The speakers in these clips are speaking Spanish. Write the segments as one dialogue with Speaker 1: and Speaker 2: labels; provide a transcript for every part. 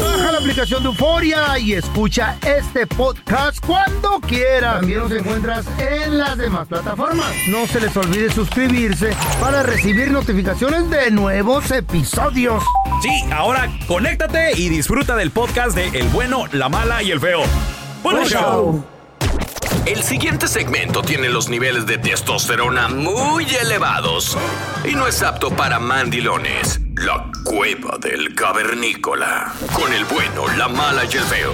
Speaker 1: Baja la aplicación de Euforia y escucha este podcast cuando quieras. También nos encuentras en las demás plataformas. No se les olvide suscribirse para recibir notificaciones de nuevos episodios.
Speaker 2: Sí, ahora conéctate y disfruta del podcast de El bueno, la mala y el feo. ¡Buen
Speaker 3: Buen
Speaker 2: show!
Speaker 3: show.
Speaker 4: El siguiente segmento tiene los niveles de testosterona muy elevados y no es apto para mandilones. La cueva del cavernícola. Con el bueno, la mala y el feo.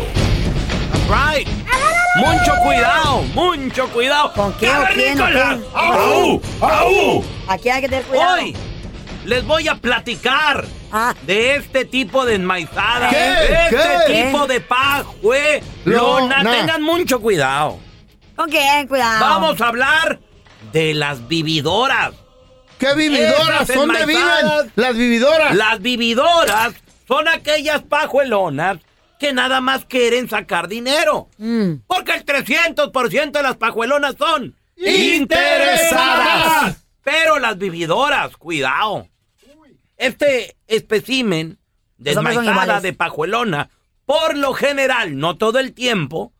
Speaker 2: Right. Mucho cuidado, mucho cuidado.
Speaker 3: ¿Con qué o quién o
Speaker 2: ¡Cavernícola!
Speaker 3: qué?
Speaker 2: ¡Au! ¡Au!
Speaker 3: Aquí hay que tener cuidado.
Speaker 2: Hoy les voy a platicar
Speaker 3: Ah.
Speaker 2: de este tipo de enmaizada,
Speaker 1: ¿Qué?
Speaker 2: de este
Speaker 3: ¿Qué?
Speaker 2: tipo de pajue, lona.
Speaker 1: Lona.
Speaker 2: Tengan mucho cuidado.
Speaker 3: ¿Con qué? Cuidado.
Speaker 2: Vamos a hablar de las vividoras.
Speaker 1: ¡Qué vividoras!
Speaker 2: Esas
Speaker 1: ¿Dónde
Speaker 2: enmaizadas.
Speaker 1: viven las vividoras?
Speaker 2: Las vividoras son aquellas pajuelonas que nada más quieren sacar dinero.
Speaker 3: Mm.
Speaker 2: Porque el 300% de las pajuelonas son
Speaker 1: Interesadas.
Speaker 2: Pero las vividoras, cuidado. Este especimen
Speaker 3: Los hombres son
Speaker 2: desmaizada
Speaker 3: iguales.
Speaker 2: de pajuelona, por lo general, no todo el tiempo,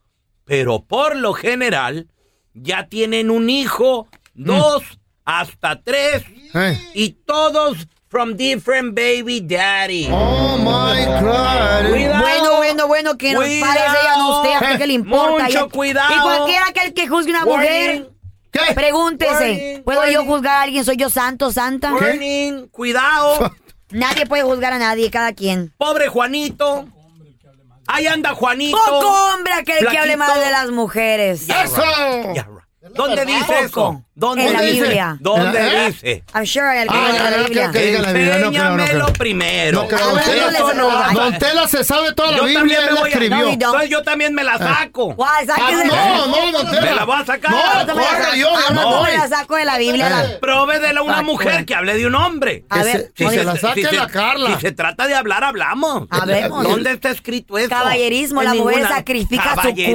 Speaker 2: pero por lo general, ya tienen un hijo,
Speaker 3: Mm.
Speaker 2: dos, hasta tres,
Speaker 1: Eh.
Speaker 2: y todos from different baby daddy.
Speaker 1: Oh my God.
Speaker 2: Cuidado.
Speaker 3: Bueno, bueno, bueno, que nos
Speaker 2: Cuidado.
Speaker 3: parece ella no usted, ¿a qué le importa?
Speaker 2: Mucho
Speaker 3: Ella-
Speaker 2: cuidado.
Speaker 3: Y cualquiera aquel que juzgue una
Speaker 2: Warning,
Speaker 3: mujer,
Speaker 1: ¿Qué?
Speaker 3: pregúntese,
Speaker 2: Warning,
Speaker 3: ¿puedo yo
Speaker 2: warning.
Speaker 3: juzgar a alguien? ¿Soy yo santo, santa?
Speaker 2: warning, cuidado.
Speaker 3: Nadie puede juzgar a nadie, cada quien.
Speaker 2: Pobre Juanito. Ahí anda Juanito.
Speaker 3: Poco hombre aquel que
Speaker 2: Flaquito.
Speaker 3: hable mal de las mujeres.
Speaker 1: ¡Eso!
Speaker 2: Ya, right. ¿Dónde dice eso?
Speaker 3: Poco.
Speaker 2: ¿Dónde
Speaker 3: En la
Speaker 2: dice?
Speaker 3: Biblia.
Speaker 2: ¿Dónde
Speaker 1: ¿Eh?
Speaker 2: dice?
Speaker 3: I'm sure hay alguien
Speaker 1: Ah,
Speaker 3: que hable de
Speaker 1: no,
Speaker 3: la
Speaker 1: no
Speaker 3: Biblia.
Speaker 1: creo que diga la Biblia. No creo, no creo.
Speaker 2: Enséñamelo primero.
Speaker 1: No creo.
Speaker 3: Ah,
Speaker 1: Don
Speaker 3: bueno,
Speaker 1: Tela-
Speaker 3: les-
Speaker 2: Eso no.
Speaker 3: Ah,
Speaker 1: Don Tela se sabe toda la
Speaker 2: Yo
Speaker 1: Biblia,
Speaker 2: también
Speaker 1: él
Speaker 2: me
Speaker 1: la
Speaker 2: voy a-
Speaker 1: escribió.
Speaker 3: No,
Speaker 2: Entonces yo también me la saco.
Speaker 3: Guay, sáquese-
Speaker 1: Ah, no, no, Don Tela.
Speaker 2: Me la voy a sacar.
Speaker 3: Al rato
Speaker 1: No,
Speaker 3: me la
Speaker 1: corre
Speaker 3: saco-
Speaker 1: yo,
Speaker 3: al
Speaker 1: ya me
Speaker 3: rato me
Speaker 1: voy.
Speaker 3: la saco de la Biblia. la-
Speaker 1: Eh.
Speaker 2: Probé de la una mujer que hable de un hombre.
Speaker 3: A
Speaker 1: Que
Speaker 3: ver,
Speaker 1: se-
Speaker 3: oye,
Speaker 1: que se la saque
Speaker 2: si
Speaker 1: la
Speaker 2: se-
Speaker 1: Carla.
Speaker 2: Si se trata de hablar, hablamos.
Speaker 3: Hablemos.
Speaker 2: ¿Dónde está escrito eso?
Speaker 3: Caballerismo,
Speaker 2: En
Speaker 3: la mujer
Speaker 2: ninguna-
Speaker 3: sacrifica su
Speaker 2: Caballerismo.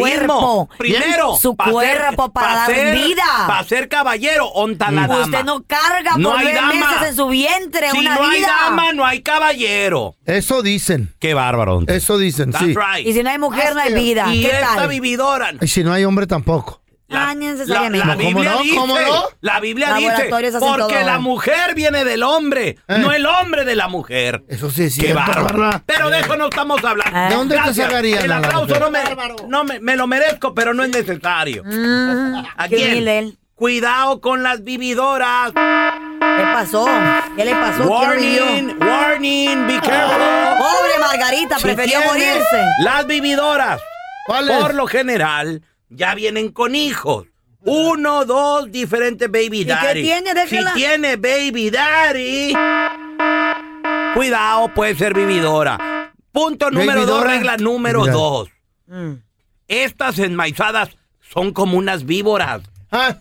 Speaker 3: cuerpo.
Speaker 2: Primero.
Speaker 3: Su
Speaker 2: pa' ser-
Speaker 3: cuerpo para
Speaker 2: pa'
Speaker 3: dar
Speaker 2: ser-
Speaker 3: vida.
Speaker 2: Para ser caballero, onta la dama.
Speaker 3: Usted no carga por
Speaker 2: No hay
Speaker 3: nueve
Speaker 2: dama.
Speaker 3: meses en su vientre
Speaker 2: Si
Speaker 3: una
Speaker 2: no hay
Speaker 3: vida.
Speaker 2: dama, no hay caballero.
Speaker 1: Eso dicen,
Speaker 2: Qué bárbaro.
Speaker 1: eso dicen,
Speaker 2: That's
Speaker 1: sí.
Speaker 2: right.
Speaker 3: Y si no hay mujer, no hay vida.
Speaker 2: Y
Speaker 3: ¿Qué
Speaker 2: esta
Speaker 3: tal?
Speaker 2: vividora.
Speaker 1: Y si no hay hombre tampoco.
Speaker 3: Ah, ni necesariamente.
Speaker 2: la
Speaker 1: No, ¿cómo
Speaker 2: Biblia
Speaker 1: no?
Speaker 2: dice,
Speaker 1: ¿Cómo no?
Speaker 2: la Biblia dice,
Speaker 3: Laboratorios hacen
Speaker 2: porque
Speaker 3: todo.
Speaker 2: la mujer viene del hombre,
Speaker 1: Eh.
Speaker 2: no el hombre de la mujer.
Speaker 1: Eso sí es
Speaker 2: Qué
Speaker 1: cierto,
Speaker 2: bárbaro.
Speaker 1: Carla.
Speaker 2: Pero de eso no estamos hablando.
Speaker 3: ¿De
Speaker 1: dónde te
Speaker 2: Gracias.
Speaker 1: sacarían
Speaker 2: El
Speaker 1: a la
Speaker 2: aplauso
Speaker 1: mujer?
Speaker 2: no, me, no me, me lo merezco, pero no es necesario.
Speaker 3: Mm,
Speaker 2: ¿A
Speaker 3: qué
Speaker 2: quién?
Speaker 3: vil él.
Speaker 2: Cuidado con las vividoras.
Speaker 3: ¿É pasó? ¿Qué le pasó? ¿Quién vivió?
Speaker 2: Warning, warning, be careful.
Speaker 3: Pobre Margarita,
Speaker 2: Si
Speaker 3: Oh, prefirió
Speaker 2: tienen
Speaker 3: morirse.
Speaker 2: Las vividoras,
Speaker 1: ¿Cuál es?
Speaker 2: por lo general, ya vienen con hijos. Uno, dos, diferentes baby
Speaker 3: qué
Speaker 2: daddy.
Speaker 3: tiene? Déjala.
Speaker 2: Si tiene baby daddy, cuidado, puede ser vividora. Punto número dos,
Speaker 1: Vividora.
Speaker 2: regla número
Speaker 1: Mira.
Speaker 2: dos.
Speaker 3: Mm.
Speaker 2: Estas enmaizadas son como unas víboras.
Speaker 1: Ah,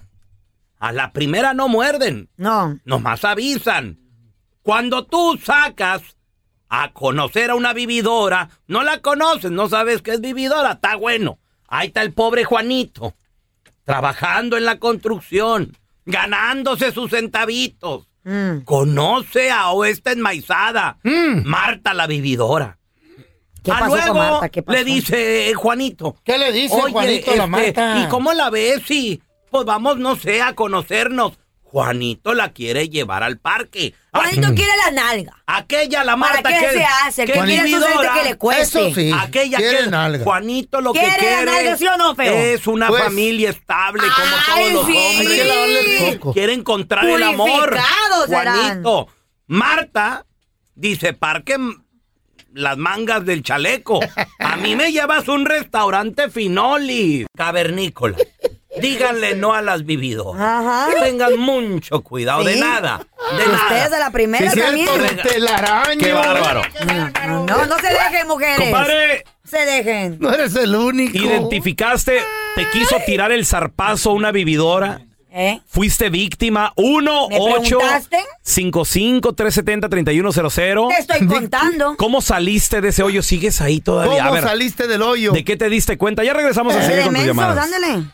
Speaker 2: A la primera no muerden,
Speaker 3: No.
Speaker 2: nomás avisan. Cuando tú sacas a conocer a una vividora, no la conoces, no sabes que es vividora, está bueno. Ahí está el pobre Juanito, trabajando en la construcción, ganándose sus centavitos.
Speaker 3: Mm.
Speaker 2: Conoce a esta enmaizada, Marta la vividora.
Speaker 3: ¿Qué
Speaker 2: Ah,
Speaker 3: pasó
Speaker 2: luego
Speaker 3: con Marta? ¿Qué pasó?
Speaker 2: le dice eh, Juanito.
Speaker 1: ¿Qué le dice
Speaker 2: "Oye,
Speaker 1: Juanito a la
Speaker 2: este,
Speaker 1: Marta?
Speaker 2: ¿Y cómo la ves? Y pues vamos, no sé, a conocernos. Juanito la quiere llevar al parque. A-
Speaker 3: Juanito quiere la nalga.
Speaker 2: aquella,
Speaker 3: ¿Para
Speaker 2: la Marta
Speaker 3: qué
Speaker 2: que
Speaker 3: se hace?
Speaker 2: que
Speaker 3: ¿Qué quiere su gente
Speaker 2: vividora,
Speaker 3: que le cueste?
Speaker 1: Eso sí.
Speaker 2: Aquella
Speaker 1: Quiere
Speaker 2: que
Speaker 1: nalga.
Speaker 2: Juanito lo que
Speaker 3: ¿Quiere la
Speaker 2: quiere
Speaker 3: nalga, sí o no, feo?
Speaker 2: es una
Speaker 1: Pues-
Speaker 2: familia estable como
Speaker 3: Ay,
Speaker 2: todos los
Speaker 3: sí.
Speaker 2: hombres.
Speaker 1: Hay que lavarle el coco.
Speaker 2: Quiere encontrar el amor.
Speaker 3: Purificados serán.
Speaker 2: Juanito. Marta Dice, parquen las mangas del chaleco. A mí me llevas un restaurante Finoli, cavernícola. Díganle no a las vividoras.
Speaker 3: Ajá.
Speaker 2: Tengan mucho cuidado. De
Speaker 3: Sí.
Speaker 2: nada. De nada.
Speaker 3: Ustedes a la primera
Speaker 1: Sí,
Speaker 3: también.
Speaker 1: cierto, del telaraño.
Speaker 2: Qué bárbaro.
Speaker 3: No, no, no se dejen, mujeres.
Speaker 5: Compadre,
Speaker 3: Se dejen.
Speaker 1: No eres el único.
Speaker 5: identificaste, te quiso tirar el zarpazo una vividora.
Speaker 3: ¿Eh?
Speaker 5: Fuiste víctima. 1
Speaker 3: ¿Me
Speaker 5: 8
Speaker 3: preguntaste?
Speaker 5: 55 370 3100
Speaker 3: Te estoy contando.
Speaker 5: ¿Cómo saliste de ese hoyo? ¿Sigues ahí todavía?
Speaker 1: ¿Cómo
Speaker 5: a ver,
Speaker 1: saliste del hoyo?
Speaker 5: ¿de qué te diste cuenta? Ya regresamos a seguir
Speaker 3: De
Speaker 5: con tus
Speaker 3: mensos,
Speaker 5: llamadas.
Speaker 3: ándale.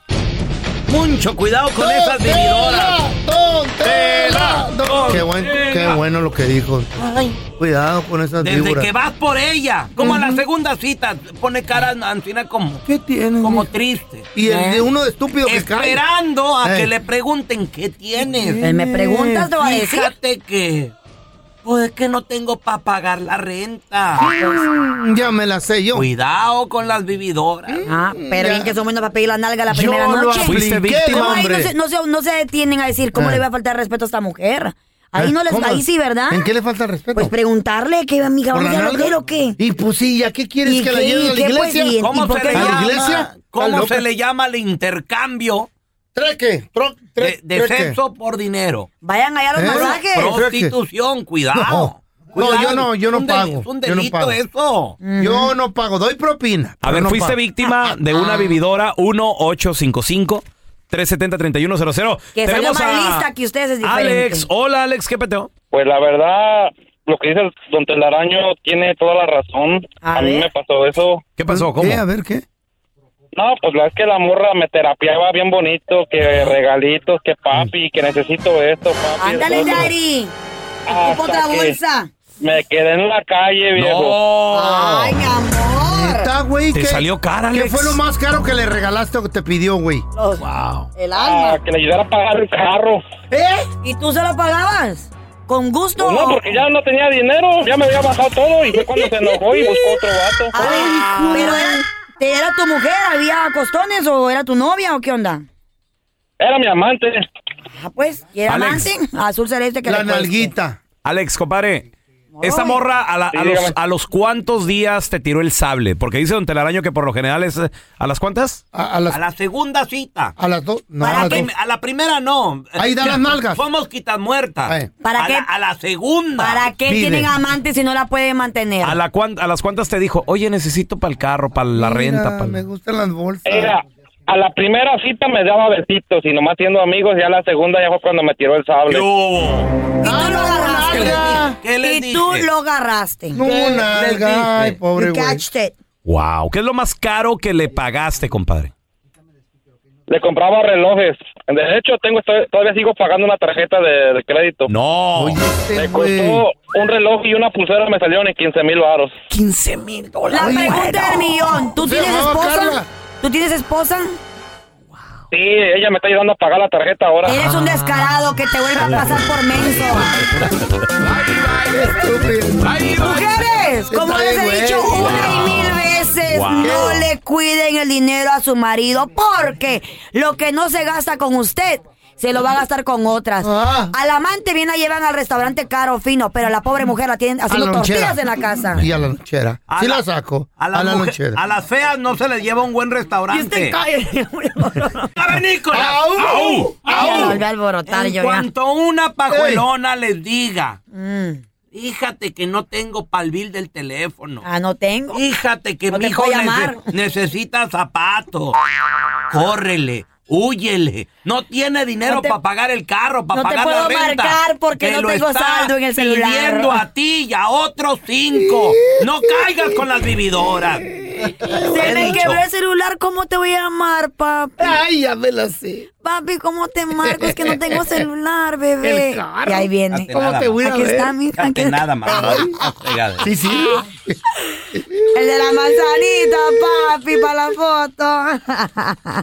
Speaker 2: Mucho cuidado con esas
Speaker 1: ¡Tontela!
Speaker 2: vividoras.
Speaker 1: ¡Tontela!
Speaker 5: ¡Tontela!
Speaker 1: Qué, buen- qué bueno lo que dijo.
Speaker 3: Ay,
Speaker 1: Cuidado con esas
Speaker 2: Desde
Speaker 1: víboras.
Speaker 2: que vas por ella, como a la segunda cita, pone cara Ancina como,
Speaker 1: ¿Qué tienes?
Speaker 2: como
Speaker 1: mijo?
Speaker 2: triste.
Speaker 1: y
Speaker 3: Eh.
Speaker 1: el de uno de estúpido que cae.
Speaker 2: Esperando a
Speaker 1: Eh.
Speaker 2: que le pregunten qué tienes.
Speaker 3: Eh, me preguntas, te voy a decir.
Speaker 2: Fíjate que. Pues es que no tengo para pagar la renta.
Speaker 1: Mm, Ya me la sé yo.
Speaker 2: Cuidado con las vividoras.
Speaker 3: Ah, pero bien que son buenos para pedir la nalga la primera
Speaker 1: yo lo
Speaker 3: noche.
Speaker 5: Fui- Fuiste
Speaker 1: apliqué,
Speaker 5: víctima,
Speaker 3: ¿Cómo ahí no
Speaker 1: hombre.
Speaker 3: se, no, se, no se detienen a decir cómo
Speaker 1: Eh.
Speaker 3: le voy a faltar respeto a esta mujer? Ahí
Speaker 1: ¿Eh?
Speaker 3: no les,
Speaker 1: ¿Cómo?
Speaker 3: ahí sí, ¿verdad?
Speaker 1: ¿En qué le falta el respeto?
Speaker 3: Pues preguntarle que amiga,
Speaker 1: ¿Por la
Speaker 3: oiga, ¿lo
Speaker 1: nalga?
Speaker 3: quiero o qué?
Speaker 1: Y pues sí, ¿ya qué quieres
Speaker 3: ¿Y
Speaker 1: que la
Speaker 3: qué?
Speaker 1: lleven a la
Speaker 3: ¿Y qué, pues,
Speaker 1: iglesia?
Speaker 3: y-
Speaker 2: ¿Cómo
Speaker 3: por
Speaker 2: se
Speaker 3: qué
Speaker 2: le
Speaker 3: no?
Speaker 1: ¿A la
Speaker 2: llama?
Speaker 1: iglesia?
Speaker 2: ¿Cómo
Speaker 1: ¿Estás
Speaker 2: se
Speaker 1: loca?
Speaker 2: le llama el intercambio
Speaker 1: Treque, tro- tre-
Speaker 2: de, de
Speaker 1: treque.
Speaker 2: sexo por dinero?
Speaker 3: Vayan allá a los
Speaker 1: ¿Eh?
Speaker 3: masajes.
Speaker 1: Pro-
Speaker 2: Prostitución, cuidado.
Speaker 1: No. No,
Speaker 2: Cuidado.
Speaker 1: yo no, yo no
Speaker 2: Es un deli-
Speaker 1: pago.
Speaker 2: Es un
Speaker 1: Yo no
Speaker 2: delito
Speaker 1: pago.
Speaker 2: eso.
Speaker 1: Yo no pago, doy propina.
Speaker 5: A
Speaker 1: pero
Speaker 5: ver,
Speaker 1: no
Speaker 5: fuiste
Speaker 1: pago.
Speaker 5: víctima de
Speaker 2: Ah.
Speaker 5: una vividora 1855 370 3100.
Speaker 3: Que salga más lista que ustedes es diferente.
Speaker 5: Alex, hola Alex, ¿qué peteo?
Speaker 6: Pues la verdad, lo que dice el don Telaraño tiene toda la razón.
Speaker 3: A
Speaker 6: A, mí
Speaker 3: ver.
Speaker 6: me pasó eso.
Speaker 5: ¿Qué pasó? ¿Cómo?
Speaker 1: ¿Qué? A ver, ¿qué?
Speaker 6: No, pues la es que la morra me terapiaba bien bonito, que regalitos, que papi, que necesito esto, papi.
Speaker 3: Ándale,
Speaker 6: esto, otro.
Speaker 3: Dari. Ocupa
Speaker 6: Hasta
Speaker 3: otra
Speaker 6: que
Speaker 3: bolsa.
Speaker 6: Me quedé en la calle, viejo. Oh.
Speaker 5: No.
Speaker 3: Ay, mi amor.
Speaker 1: Está, güey,
Speaker 5: Te
Speaker 1: ¿qué-
Speaker 5: salió cara,
Speaker 1: ¿Qué
Speaker 5: Alex.
Speaker 1: fue lo más caro que le regalaste o que te pidió, güey?
Speaker 5: Wow.
Speaker 3: El
Speaker 6: Ah,
Speaker 3: alma.
Speaker 6: que le ayudara a pagar el carro.
Speaker 1: ¿Eh?
Speaker 3: ¿Y tú se lo pagabas? ¿Con gusto?
Speaker 6: Pues Ah. no, porque ya no tenía dinero, ya me había bajado todo y fue cuando se enojó y buscó otro vato.
Speaker 3: Ay, pero era, ¿te- era tu mujer, había costones o era tu novia o qué onda?
Speaker 6: Era mi amante.
Speaker 3: Ah, pues, ¿y era
Speaker 5: Alex.
Speaker 3: amante? Azul celeste que
Speaker 1: La
Speaker 3: le cueste.
Speaker 1: nalguita.
Speaker 5: Alex, compadre. Esta
Speaker 3: Ay.
Speaker 5: morra, a, la- a
Speaker 6: Sí,
Speaker 5: los,
Speaker 6: dígame.
Speaker 5: a los cuántos días te tiró el sable? Porque dice Don Telaraño que por lo general es. eh, ¿A las cuántas?
Speaker 1: A, a las,
Speaker 2: A la segunda cita.
Speaker 1: a las dos. Ah, No,
Speaker 2: Para
Speaker 1: a las
Speaker 2: que-
Speaker 1: dos.
Speaker 2: a la primera no.
Speaker 1: Ahí da las nalgas.
Speaker 2: Somos quitas muertas.
Speaker 1: Ay.
Speaker 3: ¿Para
Speaker 2: a,
Speaker 3: qué?
Speaker 2: La, a la segunda.
Speaker 3: ¿Para qué
Speaker 1: Pide.
Speaker 3: tienen amante si no la pueden mantener?
Speaker 5: ¿A, la cuan- ¿A las cuántas te dijo? Oye, necesito para el carro, para la renta,
Speaker 1: Mira,
Speaker 5: para.
Speaker 1: Me gustan las bolsas.
Speaker 6: Era, a la primera cita me daba besitos y nomás siendo amigos, ya la segunda ya fue cuando me tiró el sable.
Speaker 3: Y tú lo agarraste.
Speaker 1: nalga.
Speaker 2: ¿Qué les
Speaker 3: Y tú
Speaker 2: dije?
Speaker 3: lo agarraste.
Speaker 1: No,
Speaker 2: ¿Qué les dije?
Speaker 1: nalga. Ay, pobre
Speaker 3: You
Speaker 1: güey.
Speaker 3: catched it.
Speaker 5: Wow. ¿Qué es lo más caro que le pagaste, compadre?
Speaker 6: Le compraba relojes. De hecho, tengo estoy- todavía sigo pagando una tarjeta de, de crédito.
Speaker 5: No.
Speaker 1: Oye, este
Speaker 6: Me
Speaker 1: güey.
Speaker 6: costó un reloj y una pulsera me salieron en 15 mil varos.
Speaker 5: 15 mil
Speaker 3: La
Speaker 5: dólares.
Speaker 3: pregunta del millón. ¿Tú
Speaker 1: Se
Speaker 3: tienes
Speaker 1: llamaba
Speaker 3: esposa?
Speaker 1: Carla.
Speaker 3: ¿Tú tienes esposa?
Speaker 6: Sí, ella me está ayudando a pagar la tarjeta ahora.
Speaker 3: Eres un descarado que te vuelve a pasar por menso.
Speaker 1: Qué estúpido.
Speaker 3: Mujeres, como
Speaker 1: Está
Speaker 3: les
Speaker 1: bien,
Speaker 3: he
Speaker 1: güey.
Speaker 3: dicho una y mil veces, no le cuiden el dinero a su marido porque lo que no se gasta con usted se lo va a gastar con otras.
Speaker 1: Ah.
Speaker 3: Al amante bien la llevan al restaurante caro fino, pero a la pobre mujer la tienen haciendo
Speaker 1: la lonchera.
Speaker 3: tortillas en la casa.
Speaker 1: Y a la lonchera.
Speaker 2: A
Speaker 1: Sí
Speaker 2: la-
Speaker 1: la saco. A
Speaker 2: las
Speaker 1: la,
Speaker 2: mujer-
Speaker 1: lonchera.
Speaker 2: A las feas no se les lleva un
Speaker 3: Y
Speaker 2: buen
Speaker 3: usted
Speaker 2: restaurante.
Speaker 3: cae.
Speaker 2: ¡Cavernícola! ¡Au!
Speaker 3: Ya lo volví a alborotar
Speaker 2: En
Speaker 3: yo ya.
Speaker 2: cuanto una pajuelona les diga,
Speaker 3: Mm.
Speaker 2: fíjate que no tengo palbil del teléfono.
Speaker 3: Ah, no tengo.
Speaker 2: Fíjate que
Speaker 3: No te
Speaker 2: mi hijo
Speaker 3: puedo llamar.
Speaker 2: necesita zapatos. Córrele, húyele. No tiene dinero
Speaker 3: No te-
Speaker 2: para pagar el carro, para
Speaker 3: no te
Speaker 2: pagar
Speaker 3: puedo
Speaker 2: la renta.
Speaker 3: marcar porque
Speaker 2: Te
Speaker 3: no
Speaker 2: lo
Speaker 3: tengo
Speaker 2: está
Speaker 3: saldo en el celular.
Speaker 2: pidiendo a ti y a otros cinco. No caigas con las vividoras.
Speaker 3: Se me quebró el celular, ¿cómo te voy a llamar, papi?
Speaker 1: Ay, ya me la sé.
Speaker 3: Papi, ¿cómo te marco? Es que no tengo celular, bebé.
Speaker 1: El carro.
Speaker 3: Y ahí viene.
Speaker 2: Fíjate nada más.
Speaker 1: voy a
Speaker 3: Aquí
Speaker 1: ver?
Speaker 3: está, Ah. mi. Aquí
Speaker 2: Fíjate nada más. No, fregada.
Speaker 1: Sí, sí.
Speaker 3: El de la manzanita, papi, para la foto.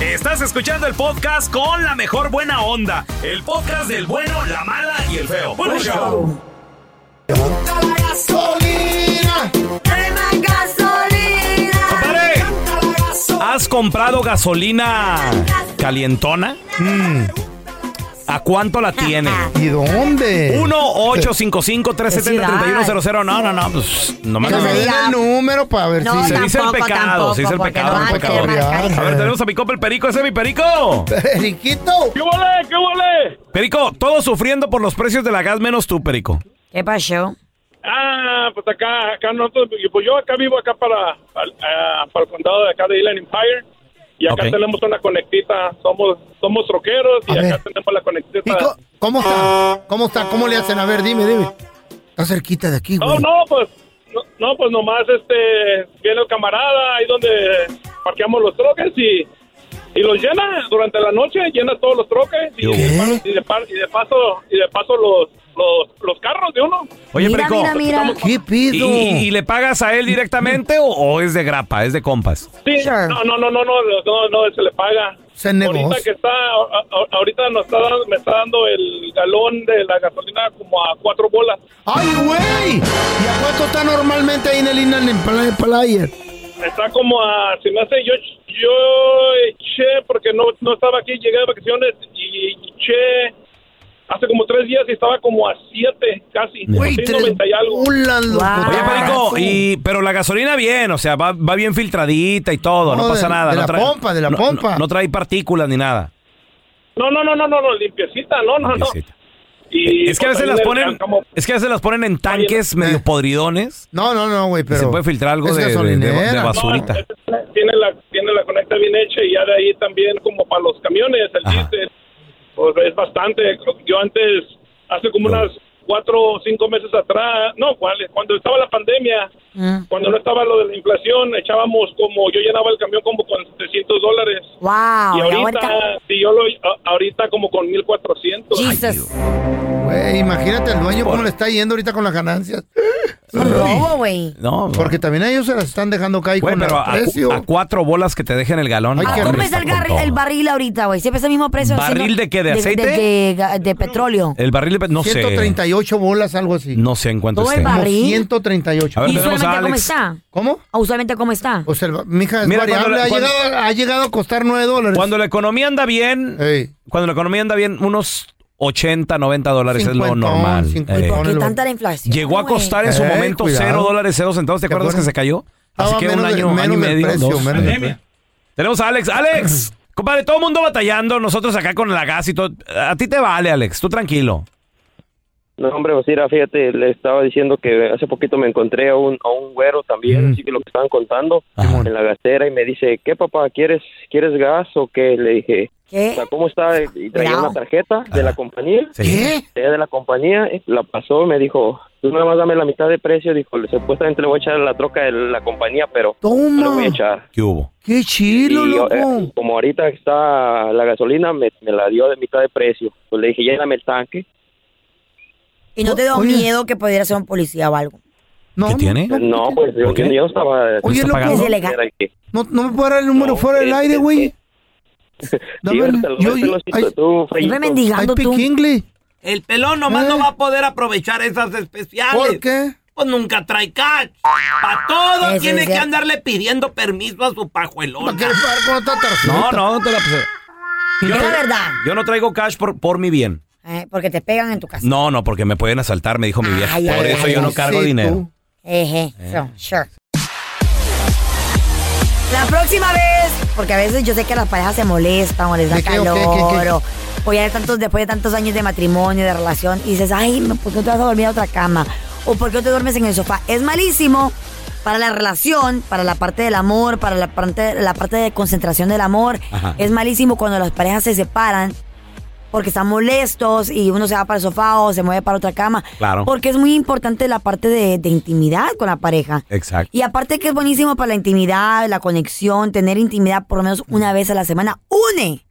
Speaker 2: Estás escuchando el podcast con la mejor buena onda. El podcast del bueno, la mala y el feo. Bueno, show.
Speaker 1: gasolina!
Speaker 3: ¡Dame gasolina!
Speaker 2: ¿Has comprado gasolina calientona? Mm. ¿A cuánto la tiene?
Speaker 1: ¿Y dónde?
Speaker 2: 1-855-370-3100. No, no, no. pues, no me
Speaker 1: Que me den el número para ver
Speaker 3: No,
Speaker 1: si...
Speaker 2: Se dice el
Speaker 3: Tampoco,
Speaker 2: pecado, se dice el
Speaker 3: tampoco,
Speaker 2: pecado. el
Speaker 3: porque
Speaker 1: no
Speaker 2: pecado.
Speaker 1: van a querer
Speaker 2: A
Speaker 1: marcar.
Speaker 2: ver, tenemos a mi copa el perico. Ese es mi perico.
Speaker 1: ¡Periquito!
Speaker 6: ¿Qué huele? ¿Qué huele?
Speaker 2: Perico, todos sufriendo por los precios de la gas menos tú, Perico.
Speaker 3: ¿Qué pasó?
Speaker 6: Ah, pues acá, acá nosotros, y pues yo acá vivo acá para, para, ah, para el condado de acá de Island Empire. Y acá
Speaker 2: Ok.
Speaker 6: tenemos una conectita, somos somos troqueros y
Speaker 1: A
Speaker 6: acá
Speaker 1: ver.
Speaker 6: tenemos la
Speaker 1: ¿Y
Speaker 6: conectita.
Speaker 1: co- ¿Cómo está? ¿Cómo está? ¿Cómo le hacen? A ver, dime, dime. Está cerquita de aquí,
Speaker 2: Oh,
Speaker 6: No, no,
Speaker 1: güey.
Speaker 6: pues no, no, pues nomás este viene el camarada ahí donde parqueamos los troques y, y los llena durante la noche, llena todos los troques y,
Speaker 2: ¿Qué?
Speaker 6: de pa- y de, par- y de paso y de paso los los, los carros de uno.
Speaker 2: Oye,
Speaker 3: mira,
Speaker 2: Perico.
Speaker 3: mira, mira.
Speaker 1: ¿Qué
Speaker 2: ¿Y,
Speaker 1: pido?
Speaker 2: y- y le pagas a él directamente o, o es de grapa, es de compas?
Speaker 6: Sí,
Speaker 3: Sure.
Speaker 6: no, no, no, no, no, no, no, se le paga.
Speaker 1: Se negocia.
Speaker 6: Ahorita que está, a- a- ahorita nos está dando- me está dando el galón de la gasolina como a cuatro bolas.
Speaker 1: ¡Ay, güey! ¿Y a cuánto está normalmente ahí en el Inland Empire- Player?
Speaker 6: Está como a, si me hace, yo, yo eché, porque no, no estaba aquí, llegué de vacaciones y eché hace como tres días y estaba como a siete, casi,
Speaker 1: Güey,
Speaker 6: sí,
Speaker 1: tres
Speaker 6: 90 y algo.
Speaker 1: bolas, loco.
Speaker 3: Wow.
Speaker 2: Oye, Perico,
Speaker 3: sí.
Speaker 2: y, pero la gasolina bien, o sea, va, va bien filtradita y todo, no,
Speaker 1: No, de-
Speaker 2: pasa nada.
Speaker 1: de
Speaker 2: no
Speaker 1: la pompa, de la
Speaker 2: no-
Speaker 1: pompa.
Speaker 2: No, no trae partículas ni nada.
Speaker 6: No, no, no, no, no, no, limpiecita, no, no, no.
Speaker 2: Limpiecita.
Speaker 6: Y,
Speaker 2: Es que a veces
Speaker 6: pues,
Speaker 2: las
Speaker 6: ahí me-
Speaker 2: ponen,
Speaker 6: como-
Speaker 2: es que a veces las ponen en tanques medio podridones.
Speaker 1: No, no, no, güey, pero...
Speaker 2: se puede filtrar algo
Speaker 1: es
Speaker 2: de, de- de- de
Speaker 1: gasolinera.
Speaker 2: basurita.
Speaker 6: No, tiene la tiene la conecta bien hecha y ya de ahí también como para los camiones el
Speaker 2: Ajá.
Speaker 6: diésel pues es bastante yo antes hace como unas cuatro o cinco meses atrás no cuál- cuando estaba la pandemia cuando no estaba lo de la inflación echábamos como yo llenaba el camión como con 700 dólares
Speaker 3: ¡Wow!
Speaker 6: y
Speaker 3: Y
Speaker 6: ahorita
Speaker 3: ahorita-
Speaker 6: si yo lo a- ahorita como con 1400
Speaker 3: Jesus.
Speaker 1: Güey, imagínate al dueño cómo le está yendo ahorita con las ganancias.
Speaker 3: Un robo, güey.
Speaker 2: No,
Speaker 1: Porque también a ellos se las están dejando caer
Speaker 2: güey,
Speaker 1: con el
Speaker 2: pero a,
Speaker 1: precio.
Speaker 2: a cuatro bolas que te dejen el galón.
Speaker 1: Ay,
Speaker 2: no,
Speaker 1: qué
Speaker 3: Ah, ¿Cómo
Speaker 2: hombre,
Speaker 1: rico.
Speaker 3: es el,
Speaker 2: está
Speaker 3: gar-
Speaker 2: con todo.
Speaker 3: el barril ahorita, güey? Siempre es el mismo precio.
Speaker 2: ¿Barril
Speaker 3: haciendo-
Speaker 2: de qué? ¿De aceite? Eh,
Speaker 3: De, de- de petróleo.
Speaker 2: El barril, de- no sé.
Speaker 1: 138 bolas, algo así.
Speaker 2: No sé en cuánto
Speaker 3: Todo
Speaker 2: esté.
Speaker 3: el
Speaker 1: Como
Speaker 3: barril.
Speaker 1: 138.
Speaker 2: A ver,
Speaker 3: ¿Y
Speaker 2: tenemos
Speaker 3: usualmente
Speaker 2: a
Speaker 3: cómo
Speaker 2: Alex. Pues,
Speaker 3: está?
Speaker 1: ¿Cómo?
Speaker 3: ¿O usualmente cómo está?
Speaker 1: O sea, mija, es
Speaker 2: Mira,
Speaker 1: variable.
Speaker 2: cuando la-
Speaker 1: ha,
Speaker 2: cuando-
Speaker 1: llegado, ha llegado a costar 9 dólares.
Speaker 2: Cuando la economía anda bien,
Speaker 1: Ey.
Speaker 2: cuando la economía anda bien, unos 80, 90 dólares es lo
Speaker 1: Cincuentón,
Speaker 2: normal.
Speaker 1: cincuentón.
Speaker 2: Eh,
Speaker 1: ¿Por
Speaker 3: ¿Qué
Speaker 1: el-
Speaker 3: tanta la inflación?
Speaker 2: Llegó a
Speaker 3: güey?
Speaker 2: costar en su
Speaker 1: Eh,
Speaker 2: momento
Speaker 1: cuidado.
Speaker 2: 0 dólares, 0 centavos. ¿Te acuerdas que se cayó? Así
Speaker 1: Estaba
Speaker 2: que un
Speaker 1: menos del-
Speaker 2: año, año y
Speaker 1: menos del
Speaker 2: medio,
Speaker 1: precio,
Speaker 2: dos.
Speaker 1: menos del
Speaker 2: Pandemia. Tenemos a Alex. Alex, compadre, todo el mundo batallando. Nosotros acá con la gas y todo. A ti te vale, Alex. Tú tranquilo.
Speaker 7: No, hombre, pues mira, fíjate, le estaba diciendo que hace poquito me encontré a un, a un güero también, así que lo que estaban contando
Speaker 2: Mm. Ajá.
Speaker 7: en la gasera y me dice, ¿qué papá, quieres quieres gas o qué? Le dije, o
Speaker 3: ¿Qué?
Speaker 7: sea, ¿cómo está? Y traía
Speaker 3: Cuidado.
Speaker 7: una tarjeta de la compañía,
Speaker 2: Sí.
Speaker 1: ¿Qué?
Speaker 7: traía de la compañía, y la pasó, me dijo, tú nada más dame la mitad de precio, dijo, le- supuestamente le voy a echar a la troca de la compañía, pero no le voy a
Speaker 1: Toma.
Speaker 7: echar.
Speaker 2: ¿Qué hubo?
Speaker 1: Qué chilo,
Speaker 7: Y yo,
Speaker 1: loco.
Speaker 7: eh, como ahorita está la gasolina, me, me la dio de mitad de precio. Pues le dije, lléname el tanque.
Speaker 3: ¿Y no te dio
Speaker 1: Oye.
Speaker 3: miedo que pudiera ser un policía o algo?
Speaker 1: No,
Speaker 2: ¿Qué
Speaker 1: no,
Speaker 2: tiene?
Speaker 1: No,
Speaker 7: No, pues yo,
Speaker 2: ¿Por qué?
Speaker 7: yo estaba...
Speaker 1: Oye,
Speaker 2: está
Speaker 1: loco,
Speaker 2: pagando? este,
Speaker 3: Es
Speaker 2: no,
Speaker 3: ilegal.
Speaker 7: Era que-
Speaker 1: no, no me puedo dar el número
Speaker 7: No,
Speaker 1: fuera del
Speaker 7: es-
Speaker 1: aire,
Speaker 7: es-
Speaker 1: güey.
Speaker 7: Sí,
Speaker 1: Dame el-
Speaker 2: este,
Speaker 7: ahorita lo-
Speaker 1: yo,
Speaker 7: ahorita
Speaker 1: yo,
Speaker 7: lo
Speaker 1: ay,
Speaker 7: siento tú,
Speaker 3: Siempre
Speaker 7: Fellito.
Speaker 1: I
Speaker 3: mendigando
Speaker 1: speak
Speaker 3: tú.
Speaker 1: English.
Speaker 2: El pelón nomás no va a poder aprovechar esas especiales. ¿Por qué? Pues nunca trae cash. Para todo
Speaker 1: Eso
Speaker 2: tiene
Speaker 1: es
Speaker 2: que
Speaker 1: cierto.
Speaker 2: andarle pidiendo permiso a su pajuelona.
Speaker 1: ¿Para qué pagar con otra tarjeta?
Speaker 5: No, no, no te la
Speaker 3: Es verdad.
Speaker 5: Yo no traigo cash por, por mi bien.
Speaker 3: Eh, porque te pegan en tu casa.
Speaker 5: No, no, porque me pueden asaltar, me dijo mi vieja.
Speaker 3: Ay,
Speaker 5: Por
Speaker 3: ay,
Speaker 5: eso
Speaker 3: ay,
Speaker 5: yo no
Speaker 3: ay,
Speaker 5: cargo
Speaker 3: sí,
Speaker 5: dinero.
Speaker 3: Eje,
Speaker 5: Eh.
Speaker 3: so, sure. La próxima vez, porque a veces yo sé que las parejas se molestan o les da
Speaker 8: ¿De qué, o
Speaker 3: calor
Speaker 8: qué, qué, qué?
Speaker 3: o, o ya de tantos, después de tantos años de matrimonio, de relación, y dices, ay, no, ¿por qué no te vas a dormir a otra cama? ¿O por qué no te duermes en el sofá? Es malísimo para la relación, para la parte del amor, para la parte, la parte de concentración del amor.
Speaker 8: Ajá.
Speaker 3: Es malísimo cuando las parejas se separan porque están molestos y uno se va para el sofá o se mueve para otra cama.
Speaker 8: Claro.
Speaker 3: Porque es muy importante la parte de, de intimidad con la pareja.
Speaker 5: Exacto.
Speaker 3: Y aparte que es buenísimo para la intimidad, la conexión, tener intimidad por lo menos una vez a la semana, une.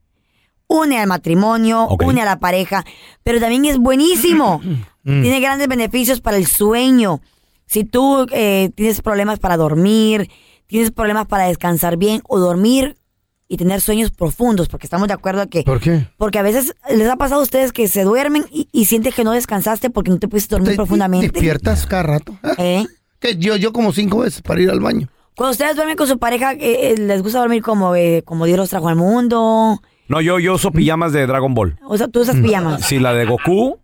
Speaker 3: Une al matrimonio, une a la pareja, pero también es buenísimo.
Speaker 8: Mm.
Speaker 3: Tiene grandes beneficios para el sueño. Si tú eh, tienes problemas para dormir, tienes problemas para descansar bien o dormir y tener sueños profundos, porque estamos de acuerdo que...
Speaker 1: ¿Por qué?
Speaker 3: Porque a veces les ha pasado a ustedes que se duermen y, y sientes que no descansaste porque no te pudiste dormir profundamente.
Speaker 1: Despiertas cada rato. Ah,
Speaker 3: ¿Eh?
Speaker 1: Que yo, yo como cinco veces para ir al baño.
Speaker 3: Cuando ustedes duermen con su pareja, eh, eh, ¿les gusta dormir como, eh, como Dios los trajo al mundo?
Speaker 5: No, yo, yo uso pijamas de Dragon Ball.
Speaker 3: O sea, tú usas pijamas.
Speaker 5: Sí, la de Goku.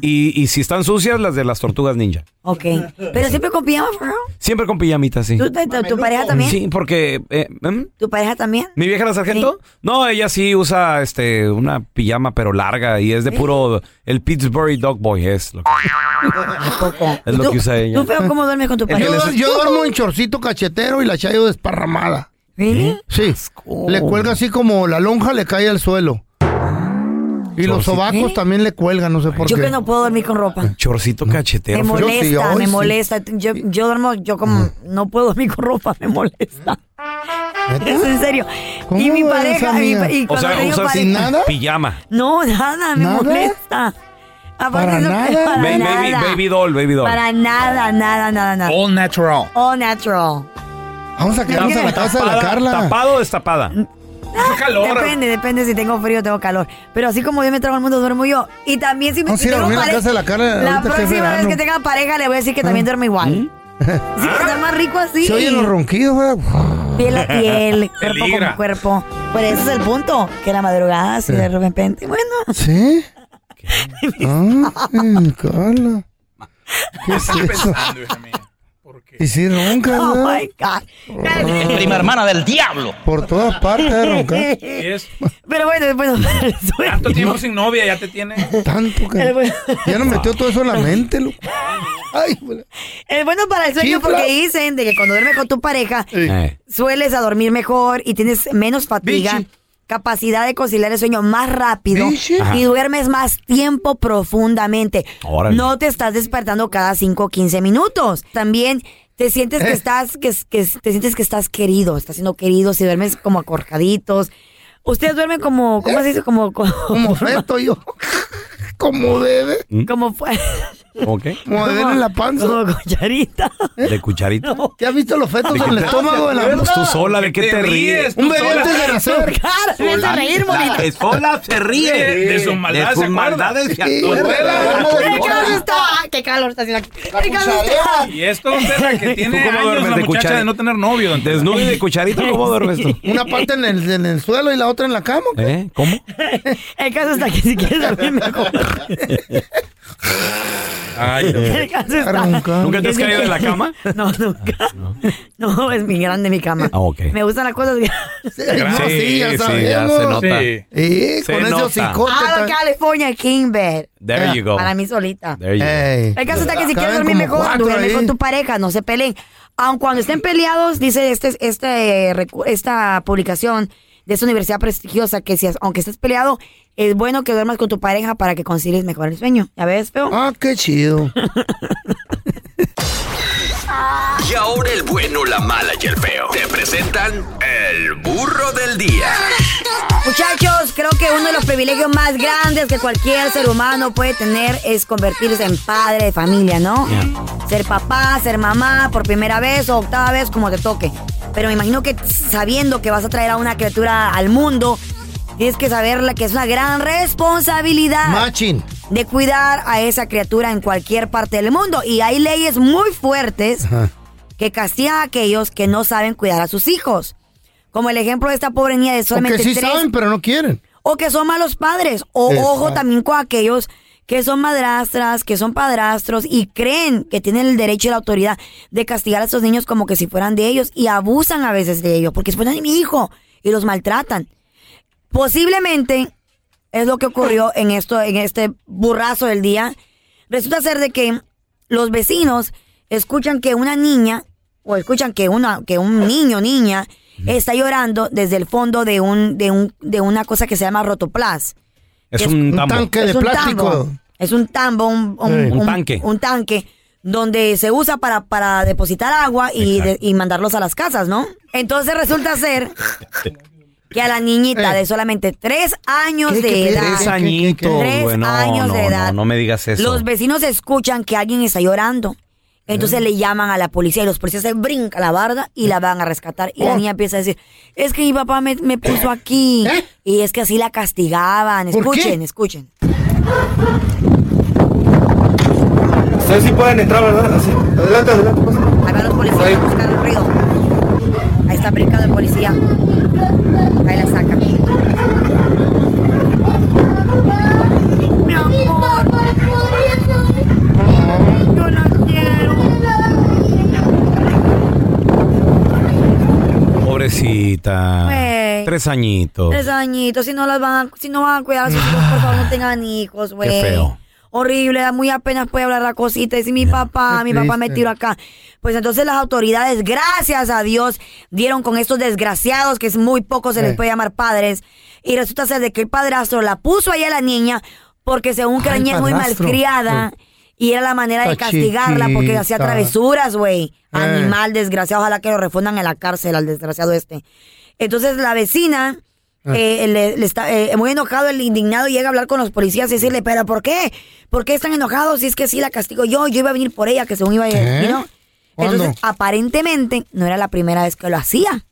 Speaker 5: Y, y si están sucias, las de las tortugas ninja.
Speaker 3: Ok. Pero siempre con pijamas, bro.
Speaker 5: Siempre con pijamitas, sí.
Speaker 3: ¿Tú- tu, tu pareja también?
Speaker 5: Sí, porque. eh, ¿em?
Speaker 3: ¿Tu pareja también?
Speaker 5: ¿Mi vieja la sargento? No, ella sí usa este una pijama, pero larga, y es de puro. El Pittsburgh Dog Boy es lo que,
Speaker 3: ¿A poco?
Speaker 5: es lo que usa ella.
Speaker 3: ¿Tú feo cómo duermes con tu
Speaker 1: Yo,
Speaker 3: pareja?
Speaker 1: do- yo duermo en chorcito cachetero y la chayo desparramada. Sí. Le cuelga así como la lonja le cae al suelo. Y los
Speaker 5: Chorcito.
Speaker 1: sobacos también le cuelgan, no sé por
Speaker 3: ¿Eh? Yo
Speaker 1: qué.
Speaker 3: que no puedo dormir con ropa.
Speaker 5: Chorcito cachetero.
Speaker 3: Me
Speaker 5: feo.
Speaker 3: molesta, me molesta. Yo, yo duermo, yo
Speaker 1: Mm.
Speaker 3: como no puedo dormir con ropa, me molesta. Es en serio. Y mi
Speaker 1: ves,
Speaker 3: pareja, mi
Speaker 1: amiga?
Speaker 3: pa- y
Speaker 5: o
Speaker 3: cuando
Speaker 5: sea,
Speaker 3: le digo
Speaker 5: usa
Speaker 3: pareja-
Speaker 5: sin pijama.
Speaker 3: No, nada, me
Speaker 5: ¿Nada?
Speaker 3: molesta. Aparte
Speaker 5: Para
Speaker 3: eso-
Speaker 5: nada.
Speaker 3: para
Speaker 5: Ba- baby-
Speaker 3: nada.
Speaker 5: baby doll, Oh. baby doll.
Speaker 3: Para nada, nada, nada, nada.
Speaker 5: All natural.
Speaker 3: All natural.
Speaker 1: Vamos a
Speaker 3: quedarnos a la casa de la Carla.
Speaker 5: ¿Tapado o destapada? calor.
Speaker 3: Depende, depende si tengo frío o tengo calor. Pero así como Dios me trajo al mundo, duermo yo. Y también si me
Speaker 1: Vamos Oh, a
Speaker 3: si
Speaker 1: ir a
Speaker 3: tengo
Speaker 1: dormir a la
Speaker 3: pare-
Speaker 1: casa de la Carla ahorita que es
Speaker 3: próxima vez
Speaker 1: verano. ¿Eh?
Speaker 3: que tenga pareja le voy a decir que también duermo igual. Sí, está más rico así.
Speaker 1: Se oyen los ronquidos, ¿verdad?
Speaker 3: Piel a piel, cuerpo con cuerpo. Pero ese es el punto, que la madrugada así
Speaker 1: Sí.
Speaker 3: de repente, bueno.
Speaker 1: ¿Sí? Ah, mm, Carla. ¿Qué es eso? Y si ronca,
Speaker 3: Oh
Speaker 1: ¿verdad?
Speaker 3: my God.
Speaker 9: Prima hermana del diablo.
Speaker 1: Por todas partes de roncar.
Speaker 3: Pero bueno, después
Speaker 9: Tanto tiempo sin novia, ya te tiene.
Speaker 1: Tanto que. Ya nos metió todo eso en la mente, loco.
Speaker 3: Es bueno para el sueño
Speaker 1: Chifla.
Speaker 3: porque dicen de que cuando duermes con tu pareja
Speaker 1: Eh.
Speaker 3: sueles a dormir mejor y tienes menos fatiga, capacidad de conciliar el sueño más rápido
Speaker 8: Bichi. Ajá.
Speaker 3: y duermes más tiempo profundamente.
Speaker 8: Órale.
Speaker 3: No te estás despertando cada 5 o 15 minutos. También te sientes que estás que, que- te sientes que estás querido, estás siendo querido si duermes como acorjaditos. Ustedes duermen como ¿cómo se dice? Como como,
Speaker 1: feto yo. Como bebé.
Speaker 3: Como fue.
Speaker 5: ¿Ok?
Speaker 1: Como bebé en la panza.
Speaker 3: Como cucharita.
Speaker 5: De cucharita.
Speaker 1: ¿Ya has visto los fetos
Speaker 5: ¿De
Speaker 1: en
Speaker 5: qué
Speaker 1: el
Speaker 5: te-
Speaker 1: estómago de la
Speaker 5: Pues tú sola, ¿de qué te ríes?
Speaker 1: Un bebé
Speaker 5: te
Speaker 1: antes de nacer.
Speaker 3: a reír, bonita.
Speaker 2: De sola se ríe. De sus maldades se acuerda.
Speaker 1: Sí.
Speaker 3: ¡Qué calor está! ¡Qué calor está haciendo aquí! ¡Qué calor está!
Speaker 9: Y esto es la que tiene
Speaker 5: cómo
Speaker 9: años
Speaker 5: duermes
Speaker 9: la
Speaker 5: de
Speaker 9: muchacha
Speaker 5: cuchara-
Speaker 9: de no tener novio. don Tela.
Speaker 5: Desnudo y de cucharita, ¿cómo duermes tú?
Speaker 1: Una parte en el, en el suelo y la otra en la cama.
Speaker 5: ¿Eh? ¿Cómo?
Speaker 3: El caso está que si quieres dormir mejor.
Speaker 5: Ay,
Speaker 3: El caso está.
Speaker 5: ¿Nunca te has
Speaker 3: que si
Speaker 5: caído de la
Speaker 3: quieres-
Speaker 5: cama?
Speaker 3: No, nunca. No, es mi grande mi cama.
Speaker 5: Ah, ok.
Speaker 3: Me gustan las cosas.
Speaker 5: no, sí, Sí, ya sí, ya sabemos. se nota. Sí.
Speaker 1: Eh,
Speaker 5: Se
Speaker 1: con ese
Speaker 5: nota.
Speaker 1: hocicote
Speaker 3: Out of
Speaker 1: tan-
Speaker 3: Ah, California King Bed.
Speaker 5: There you go.
Speaker 3: Ah, Para mí solita.
Speaker 5: There you go.
Speaker 1: Ey.
Speaker 3: El caso está que si quieres
Speaker 1: Caben
Speaker 3: dormir
Speaker 1: como
Speaker 3: mejor,
Speaker 1: cuatro
Speaker 3: duerme
Speaker 1: ahí.
Speaker 3: con tu pareja, no se peleen. Aun cuando estén peleados, dice este, este, recu- esta publicación de esta universidad prestigiosa que si, as- aunque estés peleado, es bueno que duermas con tu pareja para que concilies mejor el sueño. ¿Ya ves, feo?
Speaker 1: Ah, qué chido.
Speaker 4: Y ahora el bueno, la mala y el feo. Te presentan el burro del día.
Speaker 3: Muchachos, creo que uno de los privilegios más grandes que cualquier ser humano puede tener es convertirse en padre de familia, ¿no? Ser papá, ser mamá por primera vez o octava vez, como te toque. Pero me imagino que sabiendo que vas a traer a una criatura al mundo, tienes que saberla que es una gran responsabilidad.
Speaker 1: Machín.
Speaker 3: de cuidar a esa criatura en cualquier parte del mundo. Y hay leyes muy fuertes que castigan a aquellos que no saben cuidar a sus hijos. Como el ejemplo de esta pobre niña de
Speaker 1: Porque
Speaker 3: solamente
Speaker 1: sí
Speaker 3: tres-
Speaker 1: saben, pero no quieren.
Speaker 3: o que son malos padres. O
Speaker 1: Exacto.
Speaker 3: ojo también con aquellos que son madrastras, que son padrastros y creen que tienen el derecho y la autoridad de castigar a estos niños como que si fueran de ellos y abusan a veces de ellos porque se ponen mi hijo y los maltratan. Posiblemente es lo que ocurrió en esto, en este burrazo del día. Resulta ser de que los vecinos escuchan que una niña o escuchan que una que un niño niña está llorando desde el fondo de un de un de una cosa que se llama rotoplas.
Speaker 5: Es
Speaker 3: Que
Speaker 5: un tambo. Un tanque de
Speaker 3: es un
Speaker 5: plástico.
Speaker 3: tambo. es un tambo, un, un-
Speaker 5: Sí. Un
Speaker 3: un-
Speaker 5: tanque.
Speaker 3: un tanque donde se usa para para depositar agua y, de- y mandarlos a las casas, ¿no? Entonces resulta ser que a la niñita de solamente tres años
Speaker 2: ¿Qué,
Speaker 3: de
Speaker 2: qué, qué,
Speaker 3: edad,
Speaker 2: tres añitos,
Speaker 3: tres
Speaker 2: güey, no,
Speaker 3: años
Speaker 2: no,
Speaker 3: de
Speaker 2: no,
Speaker 3: edad,
Speaker 2: no me digas eso.
Speaker 3: Los vecinos escuchan que alguien está llorando.
Speaker 2: Mm.
Speaker 3: Entonces le llaman a la policía y los policías se brincan la barda y la van a rescatar.
Speaker 2: Oh.
Speaker 3: Y la niña empieza a decir, es que mi papá me, me puso aquí.
Speaker 2: ¿Eh?
Speaker 3: Y es que así la castigaban. Escuchen, escuchen.
Speaker 8: Ustedes sí pueden entrar, ¿verdad? Así. Adelante, adelante.
Speaker 3: Ahí van los policías a buscar el ruido. Ahí está brincando el policía. Ahí la saca. Mi amor. Yo la quiero.
Speaker 2: Pobrecita.
Speaker 3: Güey.
Speaker 2: Tres añitos. Ah,
Speaker 3: Tres añitos, si no las van a, si no van a cuidar a sus hijos, por favor, no tengan hijos, güey.
Speaker 2: feo.
Speaker 3: Horrible, da muy apenas puede hablar la cosita. Dice mi papá,
Speaker 2: qué
Speaker 3: mi papá me
Speaker 2: triste.
Speaker 3: tiró acá. Pues entonces las autoridades, gracias a Dios, dieron con estos desgraciados, que es muy poco se les
Speaker 10: Eh.
Speaker 3: puede llamar padres. Y resulta ser de que el padrastro la puso ahí a la niña, porque según que la
Speaker 10: Ay,
Speaker 3: niña es muy
Speaker 10: padrastro.
Speaker 3: malcriada. Y era la manera de
Speaker 10: Está
Speaker 3: castigarla porque hacía
Speaker 10: chiquita.
Speaker 3: travesuras, güey.
Speaker 10: Eh.
Speaker 3: Animal desgraciado, ojalá que lo refundan en la cárcel al desgraciado este. Entonces la vecina,
Speaker 10: Ah.
Speaker 3: eh, le, le está eh, muy enojado, el indignado llega a hablar con los policías y decirle, pero ¿por qué? ¿Por qué están enojados? Si es que sí la castigo yo, yo iba a venir por ella, que según iba a
Speaker 10: ¿Qué?
Speaker 1: ¿Eh?
Speaker 3: ir. Eh, ¿no? Entonces, aparentemente, no era la primera vez que lo hacía.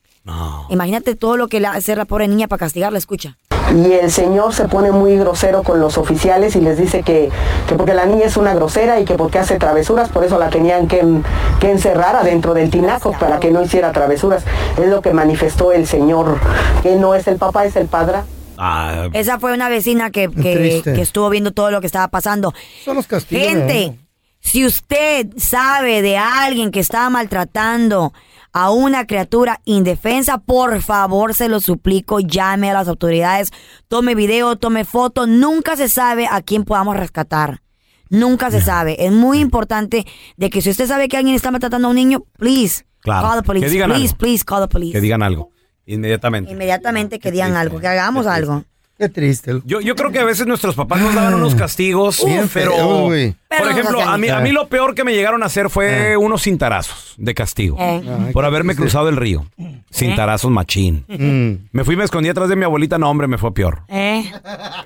Speaker 3: Imagínate todo lo que le hace la pobre niña para castigarla, escucha.
Speaker 11: Y el señor se pone muy grosero con los oficiales y les dice que, que porque la niña es una grosera y que porque hace travesuras, por eso la tenían que, en- que encerrar adentro del tinaco para que no hiciera travesuras. Es lo que manifestó el señor, que no es el papá, es el padre.
Speaker 2: Ah,
Speaker 3: Esa fue una vecina que, que,
Speaker 2: triste.
Speaker 3: que estuvo viendo todo lo que estaba pasando.
Speaker 1: Son los castigos.
Speaker 3: Gente, si usted sabe de alguien que está maltratando a una criatura indefensa, por favor, se lo suplico, llame a las autoridades, tome video, tome foto, nunca se sabe a quién podamos rescatar. Nunca se sabe. Es muy importante de que si usted sabe que alguien está maltratando a un niño, please,
Speaker 2: Claro.
Speaker 3: call the police.
Speaker 2: Que digan
Speaker 3: please,
Speaker 2: algo.
Speaker 3: please, call the police.
Speaker 2: que digan algo. Inmediatamente.
Speaker 3: Inmediatamente que digan algo, que hagamos algo.
Speaker 1: Qué triste.
Speaker 2: Yo, yo creo que a veces nuestros papás nos daban unos castigos,
Speaker 1: Bien
Speaker 2: pero...
Speaker 1: feo, güey. Ah.
Speaker 3: Pero
Speaker 2: por
Speaker 3: nos
Speaker 2: ejemplo,
Speaker 3: hacían
Speaker 2: a mí, a
Speaker 3: enojar.
Speaker 2: mí lo peor que me llegaron a hacer fue unos cintarazos de castigo.
Speaker 3: Eh.
Speaker 1: Ay,
Speaker 2: por
Speaker 1: qué
Speaker 2: haberme
Speaker 1: triste.
Speaker 2: cruzado el río. Cintarazos machín.
Speaker 3: Mm.
Speaker 2: Me fui y me escondí atrás de mi abuelita. No, hombre, me fue peor.
Speaker 3: ¿Eh?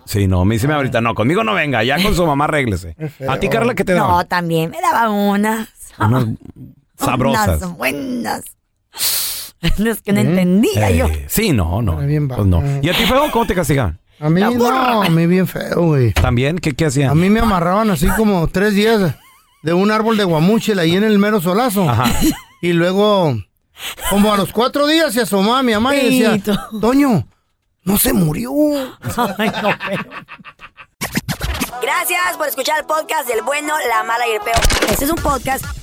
Speaker 2: Sí, no, me dice mi abuelita, no, conmigo no venga, ya con su mamá arréglese. A ti, Carla, ¿qué te
Speaker 3: No,
Speaker 2: daban?
Speaker 3: también me daba unas.
Speaker 2: Unas sabrosas.
Speaker 3: Unas buenas. No es que no entendía
Speaker 2: Eh,
Speaker 3: yo.
Speaker 2: Sí, no, no. Pues no. ¿Y a ti, feo, cómo te castigaban?
Speaker 1: A mí no, a mí bien feo, güey.
Speaker 2: ¿También? ¿Qué, qué hacían?
Speaker 1: A mí me amarraban así como tres días de un árbol de guamúchil ahí en el mero solazo. Y luego, como a los cuatro días se asomaba mi mamá y
Speaker 10: Feíto.
Speaker 1: decía, Toño, no se murió.
Speaker 3: Gracias por escuchar el podcast del bueno, la mala y el peor. Este es un podcast